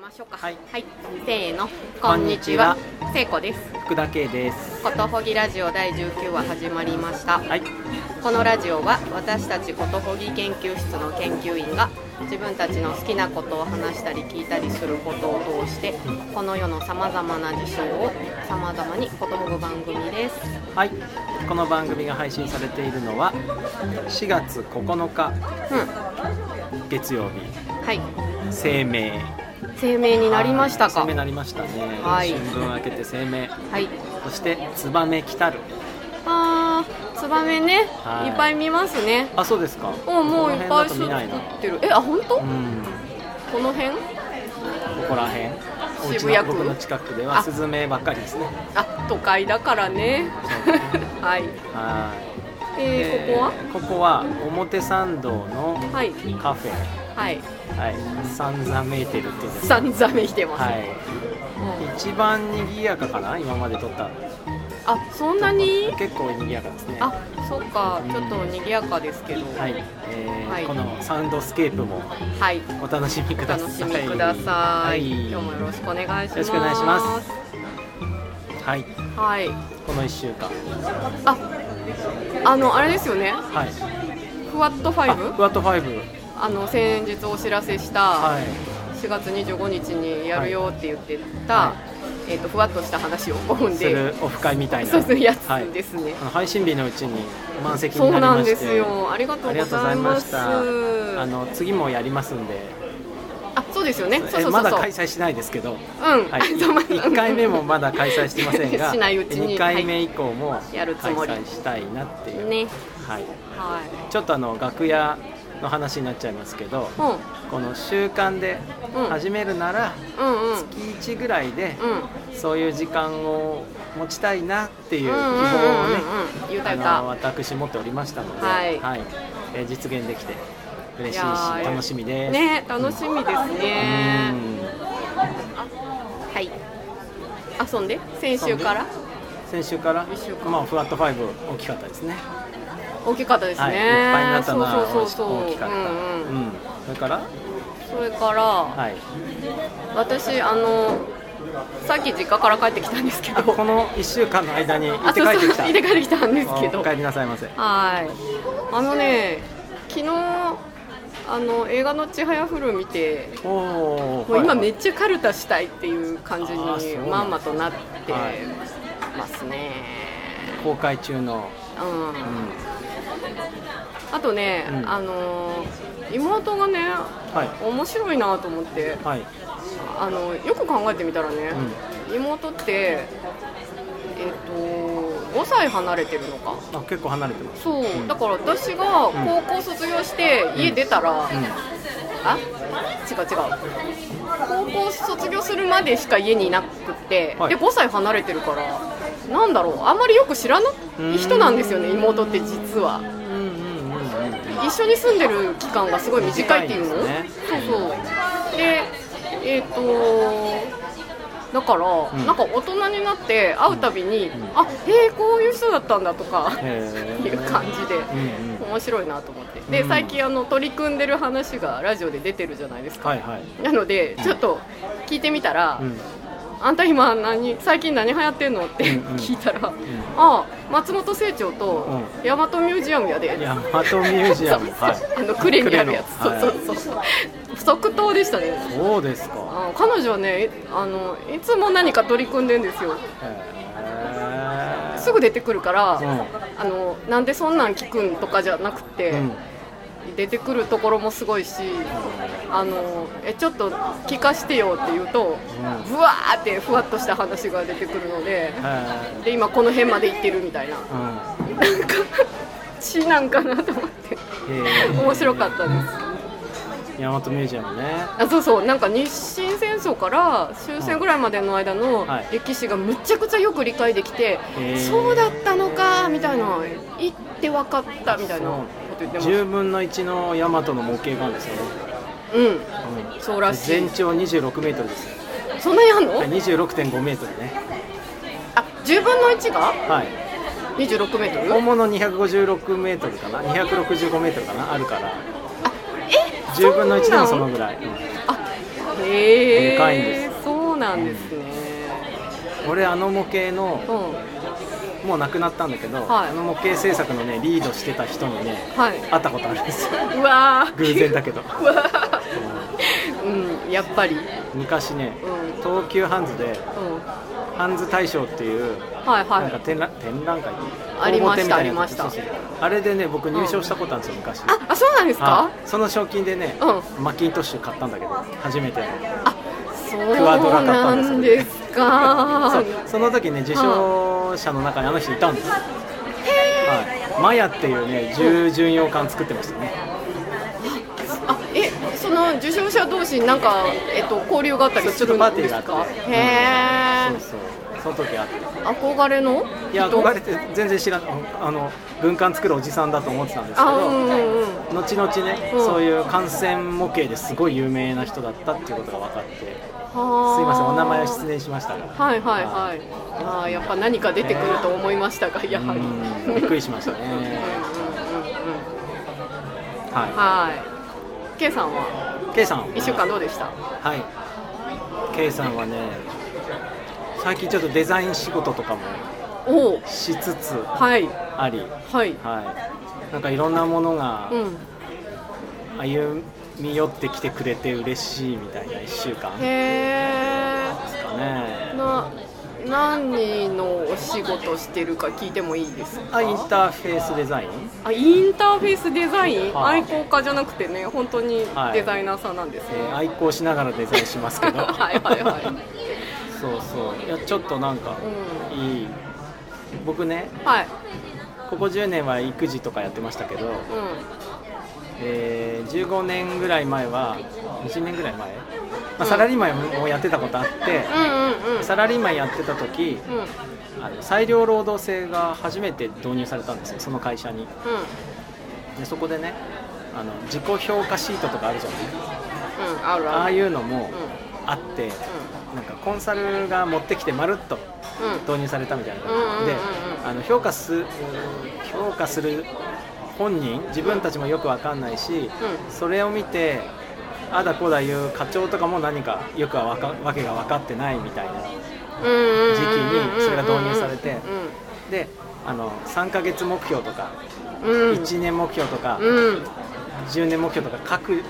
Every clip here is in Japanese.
ましょうか。はいせーの。こんにちは。聖子です。福田圭です。ことほぎラジオ第19話始まりました。はい。このラジオは私たちことほぎ研究室の研究員が自分たちの好きなことを話したり聞いたりすることを通してこの世のさまざまな事象をさまざまにことほぐ番組です。はい。この番組が配信されているのは4月9日う月曜日ん。はい。声明声明になりました声か明。なりましたね。はい新聞を開けて声明。はい。そしてツバメ来たる。あー、ツバメね、はいい、っぱい見ますね。あ、そうですか。おもういっぱい巣この辺だと見ないな作ってる。え、あ本当？うん。この辺？ここら辺。お家渋谷の区僕の近くではあスズメばっか りですね。あ都会だからね はいはい。えー、でここはここは表参道のはいカフェ。はいはい。サンザメーテルっていうですねさんざめしてます、はい。うん一番賑やかかな今まで撮ったあそんなに結構賑やかですねあそっかちょっと賑やかですけどははい、い、えーはいこのサウンドスケープもお楽しみくおださい楽しみください、はい、今日もよろしくお願いしますよろしくお願いしますはい、はいこの1週間ああのあれですよねはいふわっとあ5ふわっと5あの先日お知らせしたはい4月25日にやるよって言ってた、はえっとふわっとした話を5分すでるオフ会みたいなそうするやつはいですね、あの配信日のうちに満席そにうなりなまんしてですよ。ありがとあうりごがとうざございいまましす。たああの次もやりますんでそうですよね。そうそうそうそう。えまだ開催しないですけどうん。は い、あそうまだ1回目もまだ開催してません がしないうちに2回目以降もや開るつもり催したいなっていう、ね。はい、はい。ちょっとあの楽屋の話になっちゃいますけどうこの習慣でうん始めるならん。うんうん。月1ぐらいでうん。そういう時間を持ちたいなっていううん希うんうん望をねうん。言うた言あうのた。私持っておりましたので、はいえー実現できて嬉しいしいやー楽しみです。ね、楽しみですうね。んはい。遊んで先週から先週から一週間まあフワット5大きかったですね。大きかったですね。はい、いっぱいになったなそうそうそうそう。大きかった、うんうん。うんそれからそれからはい私あのさっき実家から帰ってきたんですけど。あこの1週間の間に行あってそう帰ってそうきた行って帰ってきたんですけおどお帰りなさいませはい。あのね、昨日あの映画のちはやふる見て、おもおう今めねっちゃカルタしたいっていう感じにあーそうなんですねまんまとなってはいますね。公開中の、ううん。ん、あとね、うんあの妹がね、はい面白いなと思って、はい、あのよく考えてみたらね、う妹ってえっ、と5歳離れてるのか。ん、あ結構離れてますそう、うんだから私が高校卒業して家出たら、うあ違う違う高校卒業するまでしか家にいなくって、はいで5歳離れてるからなんだろうあんまりよく知らない人なんですよね妹って実はんうんうんうんうん一緒に住んでる期間がすごい短いっていうの、短いですねそうそうでえっ、とだから、んなんか大人になって会うたびに、あへえこういう人だったんだとかへえっていう感じで、うんうん面白いなと思ってで、うん最近あの取り組んでる話がラジオで出てるじゃないですか、はいはいなのでちょっと聞いてみたら「うんあんた今何最近何流行ってんの?」ってうんうん聞いたら「ああ松本清張とう大和ミュージアムやで」ヤマトミュージアム そうはそういあのクレにあるやつ、呉のそうそうそう、即答でしたねはいそうですかあ彼女はねあのいつも何か取り組んでんですよへえすぐ出てくるから、うんあのなんでそんなん聞くんとかじゃなくて、うん出てくるところもすごいし、あのえちょっと聞かしてよって言うと、うぶわーってふわっとした話が出てくるので、へで今この辺まで行ってるみたいな、えうんなんか、詩なんかなと思 って、へえ面白かったです。ヤマトミュージアムねあそうそうなんか日清戦争から終戦ぐらいまでの間のはい歴史がむちゃくちゃよく理解できて、へーそうだったのかみたいな行って分かったみたいなこと言ってます10分の1のヤマトの模型があるんですよね、うんうんそうらしい全長26メートルですよそんなにあんの26.5メートルねあ10分の1がはい26メートル本物256メートルかな265メートルかなあるからえ10分の1でもそそうなののぐらい、うんあえー、でかいんですそうなんですね俺あの模型のうんもう亡くなったんだけど、はいあの模型制作のねリードしてた人にねはい会ったことある んですようわー偶然だけどうわーうんやっぱりうん昔ねうん東急ハンズでハンズ大賞っていうはいなんかはい展覧展覧会ありました公募展みいなやつありましたそうそうあれでね僕入賞したことあるんですよ昔ああそうなんですかはいその賞金でね、うマッキントッシュ買ったんだけど初めてそうクワドラ買ったなんですんですかそうその時ね受賞者の中にあの人いたんですよ、はい、マヤっていうね従巡洋艦作ってましたねあえその受賞者同士なんか、えっと、交流があったりすちょっるとパーんティでーすがあかってへそうえそうその時あって憧れのいや憧れて全然知らないあの軍艦作るおじさんだと思ってたんですけあうんどうんうん後々ね、うんそういう艦船模型ですごい有名な人だったっていうことが分かってすいはあませんお名前を失念しましたがはいはいはいあーやっぱ何か出てくると思いましたがやはりうんびっくりしましたねうんうんうんうんははい K さんはい K さん1週間どうでしたはい K さんはね最近ちょっとデザイン仕事とかもおおしつつはいありはいはいなんかいろんなものがうん歩み寄ってきてくれて嬉しいみたいな1週間へでえすかねな何のお仕事してるか聞いてもいいですかあインターフェースデザインあインターフェースデザインは愛い好家じゃなくてね本当にはいデザイナーさんなんですえね、ー愛好しながらデザインしますけど はいはいはいそうそういやちょっとなんかういい僕ねんはいここ10年は育児とかやってましたけど、うえー15年ぐらい前は20年ぐらい前、まうあ、んサラリーマンもやってたことあって、んうんうんサラリーマンやってた時うんうんあの裁量労働制が初めて導入されたんですよその会社にでそこでねあの自己評価シートとかあるじゃないうんあるあああるいうのうんもあって、なんかコンサルが持ってきてまるっとうん導入されたみたいな、うんうんうんうんであの評価す評価する本人自分たちもよくわかんないうし、それを見てあだこうだ言う課長とかも何かよくはわかわけが分かってないみたいな時時期にそれが導入されてうであの3ヶ月目標とかんうんうん1年目標とかうん10年目標とか書くん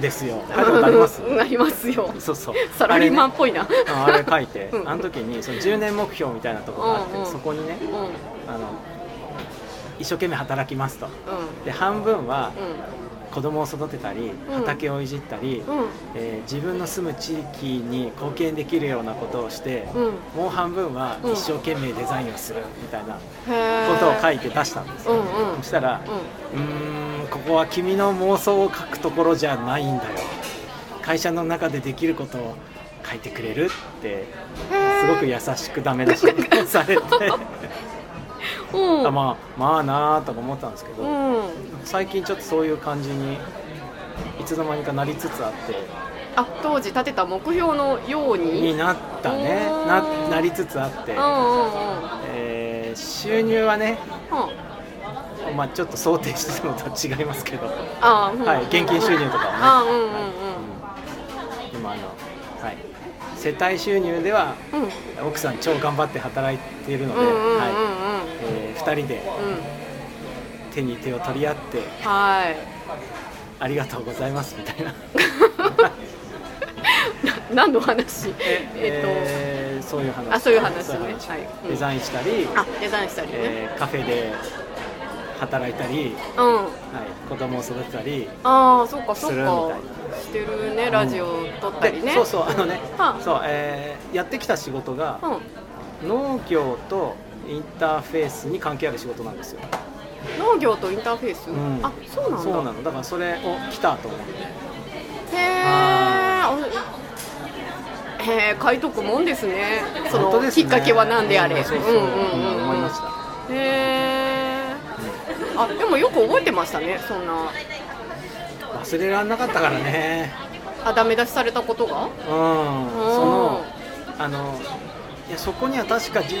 ですよ書いたことありますうんありますよそうそうサラリーマンっぽいな、あれ,、ね、あれ書いてうんあの時にその10年目標みたいなところがあって、うんうんそこにねうんうんあの一生懸命働きますとで半分は子供を育てたりん畑をいじったり、うんえー自分の住む地域に貢献できるようなことをして、うんうんもう半分はうん一生懸命デザインをするみたいなこへとを書いいて出したんです、うんうんそしたらうんうーんここは君の妄想を書くところじゃないんだよ会社の中でできることを書いてくれるってすごく優しくダメ出しをさ れてうんあまあまあなあとか思ったんですけど、うん最近ちょっとそういう感じにいつの間にかなりつつあっあ当時立てた目標のようてにになったねうんななりつつあってうん、うんえー収入はね、うんうんまあ、ちょっと想定してたのとは違いますけど、はあーうんい、現金収入とかあーはね、うんはい今あの、はい、世帯収入ではうんうん奥さん超頑張って働いているので、うんうんうんうんはいえ2人でうんうん手に手を取り合ってはいありがとうございますみたいな。な何の話えええーそういう話あそういう話そういうねはいうんデザインしたり、っとあデザインしたりねえーカフェで働いたり、うんはい、子供を育てたりああそっかそすっるみかたいなしてるねラジオ撮ったりねでそうそうあのね、はあそうえーやってきた仕事がうん農業とインターフェースに関係ある仕事なんですよ、農業とインターフェース、うんあそうなんだそうなのだからそれを来たと思ってへえあへえ書いとくもんですねそ本当のですきっねかけは何であれ、うんそうそう、うん思いましたへえあでもよく覚えてましたねそんな忘れられなかったからねあダメ出しされたことがうん、そのあのいやそこには確かじ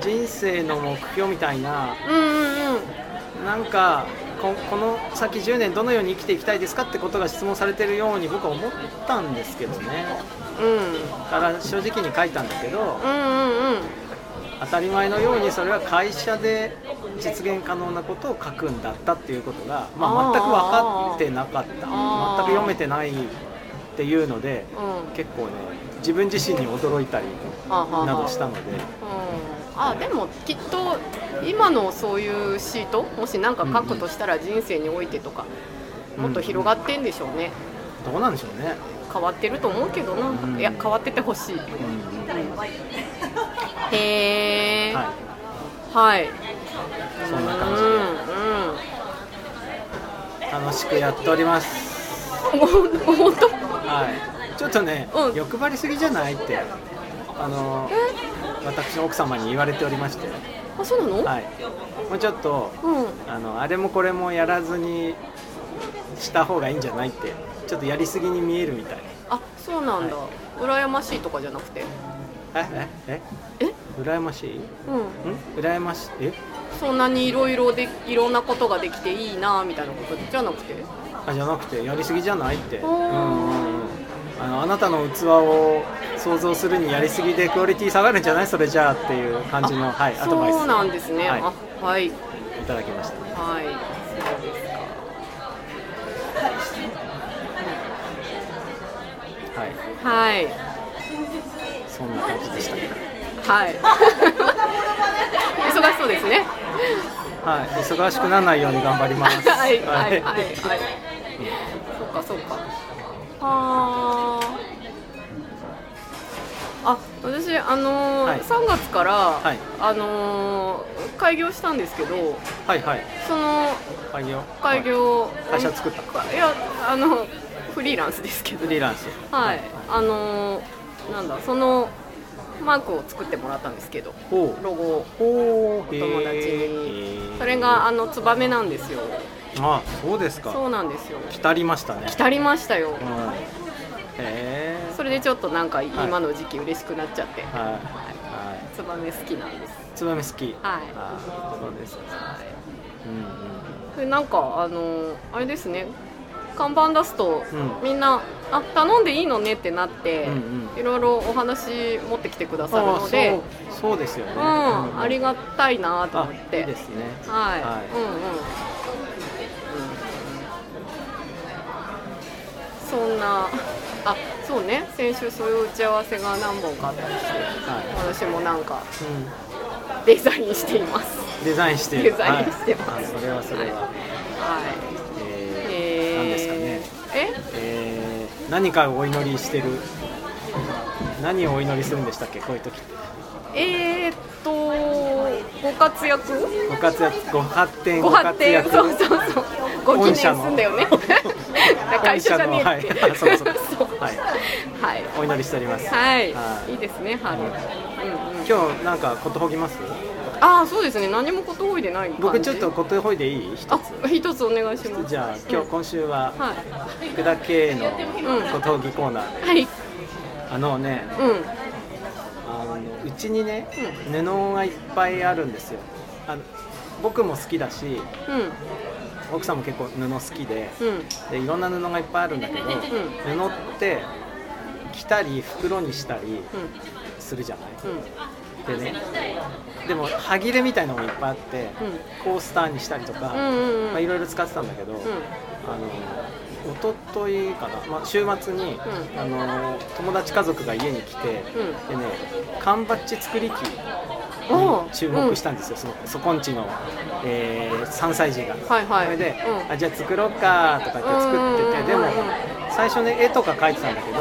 人生の目標みたいなうんうんうんなんかここの先10年どのように生きていきたいですかってことが質問されてるように僕は思ったんですけどねうんだから正直に書いたんだけどうんうんうん当たり前のようにそれは会社で実現可能なことを書くんだったっていうことが、まあ、全く分かってなかったあー全く読めてないっていうのでうん結構ね自分自身に驚いたりはあはあなどはしたのであうんあでもきっと今のそういうシートもし何か書くとしたら人生においてとかもっと広がってんでしょうねどうなんでしょうね、変わってると思うけどな、うんいや変わっててほしいうんへえははい、い、そんな感じで楽しくやっておりますうんうん本当はいちょっとね、うん欲張りすぎじゃないってあの私の奥様に言われておりまして、あそうなの、はい、もうちょっとうんあのあれもこれもやらずにした方がいいんじゃないってちょっとやりすぎに見えるみたいあそうなんだ、羨ましいとかじゃなくてえええ羨ましいうんん羨ましいえそんなにいろいろでいろんなことができていいなみたいなことじゃなくてあじゃなくてやりすぎじゃないってうおんーうんうんあのあなたの器を想像するにやりすぎでクオリティ下がるんじゃないそれじゃあっていう感じの、はい、アドバイスそうなんですね、はいあはいいただきましたはいそうですかははいいそんな感じでしたはい 忙しそうですねはい忙しくならないように頑張ります はいはいはいはい。そうかそうか。ああ。あ、私あのーはい3月から、いあのー開業したんですけど、はいはいその開業開業、会社作ったいやあのフリーランスですけどフ。リーランスはい。あのーなんだそのマークを作ってもらったんですけど、おうロゴを。おおお友達にそれがあのツバメなんですよあそうですそかうなんですよ浸りましたね浸りましたようんへえそれでちょっとなんか今の時期嬉しくなっちゃって、はいはツバメ好きなんですいツバメ好きはいあーそうですかうんでなんかあのあれですね看板出すと、うんみんな「あ頼んでいいのね」ってなって、うんうんいろいろお話持ってきてくだあさるのでーそうそうですよねうん、ありがたいなとあ思っていいですねはい、はいうんうん、うん、そんなあそうね先週そういう打ち合わせが何本かあったりしては私もなんかいうんデザインしていますデザインしてるデザインしてますはいあそれはそれははいええーー、何ですかねええー何かをお祈りしてる何をお祈りするんでしたっけこういう時ってえー、っとご活躍ご活躍ご発展ご発展ご活そ躍うそうそうご記念すんだよ ね会社じゃねえって、御社のはいあそうそう そうはいはいお祈りしております、はい、はいい、いですね春、ううんんうん、今日なんかことほぎますああそうですね何もことほいでない感じ僕ちょっとことほいでいい一あつ一つお願いしますじゃあ今日今週ははい福田圭のことほぎコーナーではいあのねうんうんあのうちにね布がいっぱいあるんですよあの僕も好きだし奥さんも結構布好きでうんうんでいろんな布がいっぱいあるんだけど、布って着たり袋にしたりするじゃない、うんでねでも歯切れみたいのもいっぱいあって、うんコースターにしたりとか、うんうんうんまあ、いろいろ使ってたんだけど、あの一昨日かな、まあ、週末に、んあの友達家族が家に来て、でね缶バッジ作り機おうに注目したんですよ、そのそこんちの、えー3歳児が。はいはいそれで、うんあじゃあ作ろうかとか言って作ってて、うんでも、うん最初ね絵とか描いてたんだけど、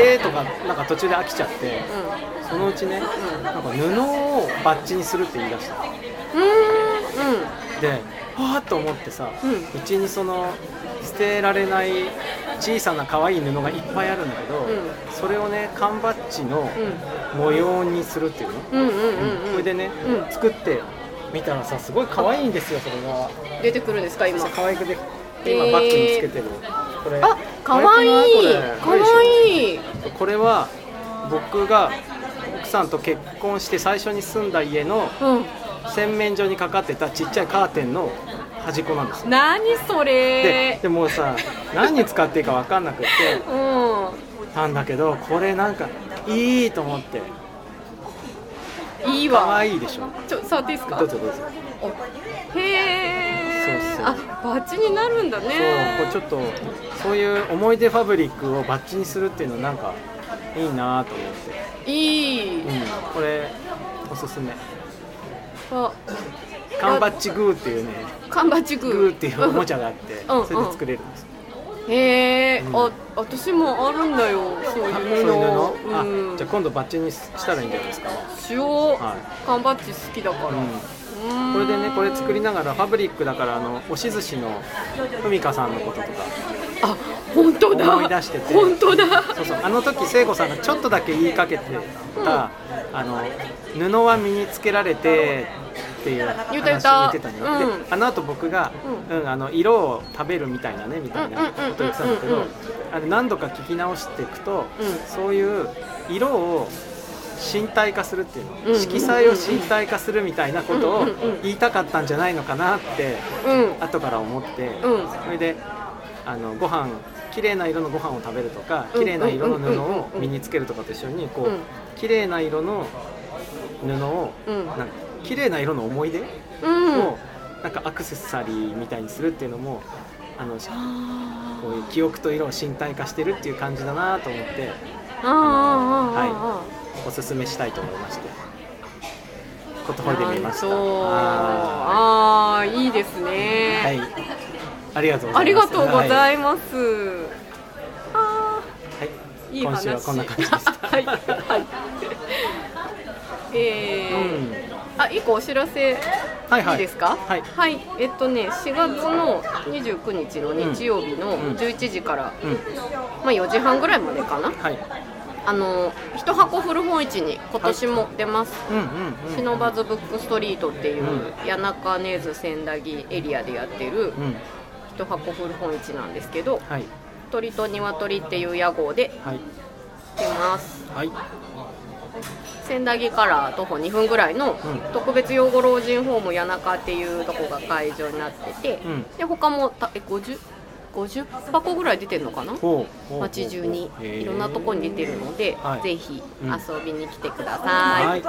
絵とかなんか途中で飽きちゃって、そのうちね、うんなんか布をバッジにするって言い出したうんうんうんでわーっと思ってさ、ううちにその捨てられない小さな可愛い布がいっぱいあるんだけど、んそれをね缶バッジのう模様にするっていうの、んうんうんうんうんそれでね、うん作ってみたらさすごい可愛いんですよそれが。出てくるんですか今さ可愛くでへ今ーバッグにつけてる、これあ可愛い可愛くなこ可れ愛いこれこれは僕が奥さんと結婚して最初に住んだ家のうん洗面所にかかってたちっちゃいカーテンの端っこなんですよ何そでれでもうさ何に使っていいか分かんなくってうんたんだけどこれなんかいいと思っていいわ可愛いでしょちょ触っていいですかどうぞどうぞへえそうそうあバッチになるんだそうこれねちょっとそういう思い出ファブリックをバッチにするっていうのなんかいいなと思っいい、て、うん、これおすすめあ缶バッチグーっていうね缶バッチググーっていうおもちゃがあってうんそれで作れるんです へえ、うんあ私もあるんだよそうあそういい布ううのあうん、じゃあ今度バッチにしたらいいんじゃないですか、しよう、は缶バッジ好きだから、ううーんん、これでねこれ作りながらファブリックだからあの押し寿司のふみかさんのこととかあ本当だ思い出してて本当だそうそうあの時聖子さんがちょっとだけ言いかけてた、あの布は身につけられてっていう話言言っった言ったてたのよ、うんであの後僕が、うんあの色を食べるみたいなねみたいなこと言ってたんだけうんどうんうんあれ何度か聞き直していくと、うんそういう色を身体化するっていうの、うんうん色彩を身体化するみたいなことうをんうんうん言いたかったんじゃないのかなってうんうん後から思って、うんそれであのご飯綺麗な色のご飯を食べるとかうん綺麗な色のうんうんうん布を身につけるとかと一緒にこうんう綺麗な色の布をうんなんか綺麗な色の思い出をうんなんかアクセサリーみたいにするっていうのもあのしあこういう記憶と色を身体化してるっていう感じだなと思っーてあおすすめしたいと思いましてことーほいでみましたなんとはあーいいですいね、はいありがとうございますありがとうごはざいます、あーはいいい今話週はこんな感じでした。はいはいえーうんあ一個お知らせはいはいいですかはいはいえっとね4月の29日の日曜日のうん11時から、うん、まあ、4時半ぐらいまでかなはい。あの一箱古本市に今年も出ます、うんうんうん。不忍ばずブックストリートっていううん谷中根津千駄木エリアでやってるうん。一箱古本市なんですけどはい「鳥と鶏」っていう屋号ではい出ますはい。千駄木から徒歩2分ぐらいのうん特別養護老人ホーム谷中っていうとこが会場になってて、うんで他もたえ 50, 50箱ぐらい出てるのかなほうほう。街中にほういろんなとこに出てるので、はいぜひうん遊びに来てくだへーさ、はいい。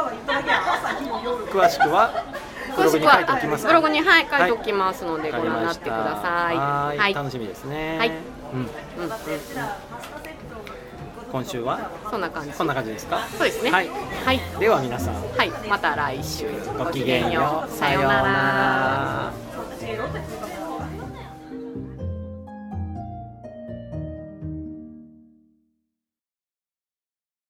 詳しくはブログに書いておきます。あブログに、はい、はい書いておきますので、わかごり覧になまっしてたくださいははーい。い、楽しみですね。はいうん。うん、今週はそんな感じこんな感じですか。そうですねはいはいでは皆さんはいまた来週ごきげんよう。さようならら。